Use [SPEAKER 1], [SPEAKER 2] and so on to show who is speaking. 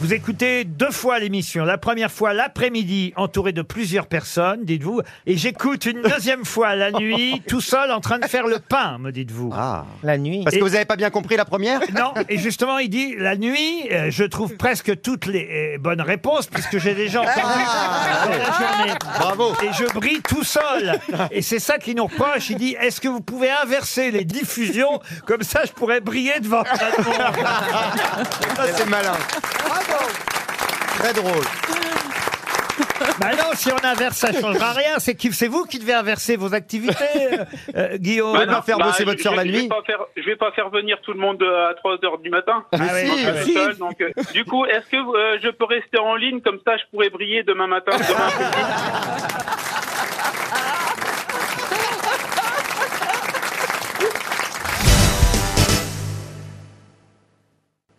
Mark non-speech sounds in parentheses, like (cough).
[SPEAKER 1] Vous écoutez deux fois l'émission. La première fois l'après-midi, entouré de plusieurs personnes, dites-vous. Et j'écoute une deuxième fois la nuit, tout seul, en train de faire le pain, me dites-vous.
[SPEAKER 2] Ah.
[SPEAKER 3] La nuit.
[SPEAKER 2] Parce que vous n'avez pas bien compris la première
[SPEAKER 1] Non, et justement, il dit, la nuit, euh, je trouve presque toutes les euh, bonnes réponses, puisque j'ai déjà entendu dans la journée.
[SPEAKER 2] Bravo
[SPEAKER 1] Et je brille tout seul. Et c'est ça qu'il nous reproche. Il dit, est-ce que vous pouvez inverser les diffusions Comme ça, je pourrais briller devant plein de monde.
[SPEAKER 2] Ça, Ah, c'est malin. Très drôle.
[SPEAKER 1] Bah non, si on inverse, ça changera rien. C'est qui- c'est vous qui devez inverser vos activités, euh, euh, Guillaume.
[SPEAKER 2] Bah non. pas faire bosser votre
[SPEAKER 4] je-
[SPEAKER 2] sœur la
[SPEAKER 4] je-
[SPEAKER 2] nuit.
[SPEAKER 4] Je vais, pas faire, je vais pas faire venir tout le monde euh, à 3 heures du matin.
[SPEAKER 1] Ah ouais,
[SPEAKER 2] si,
[SPEAKER 1] ouais.
[SPEAKER 4] Tout seul, donc, euh,
[SPEAKER 2] (laughs)
[SPEAKER 4] du coup, est-ce que euh, je peux rester en ligne comme ça, je pourrais briller demain matin. demain après-midi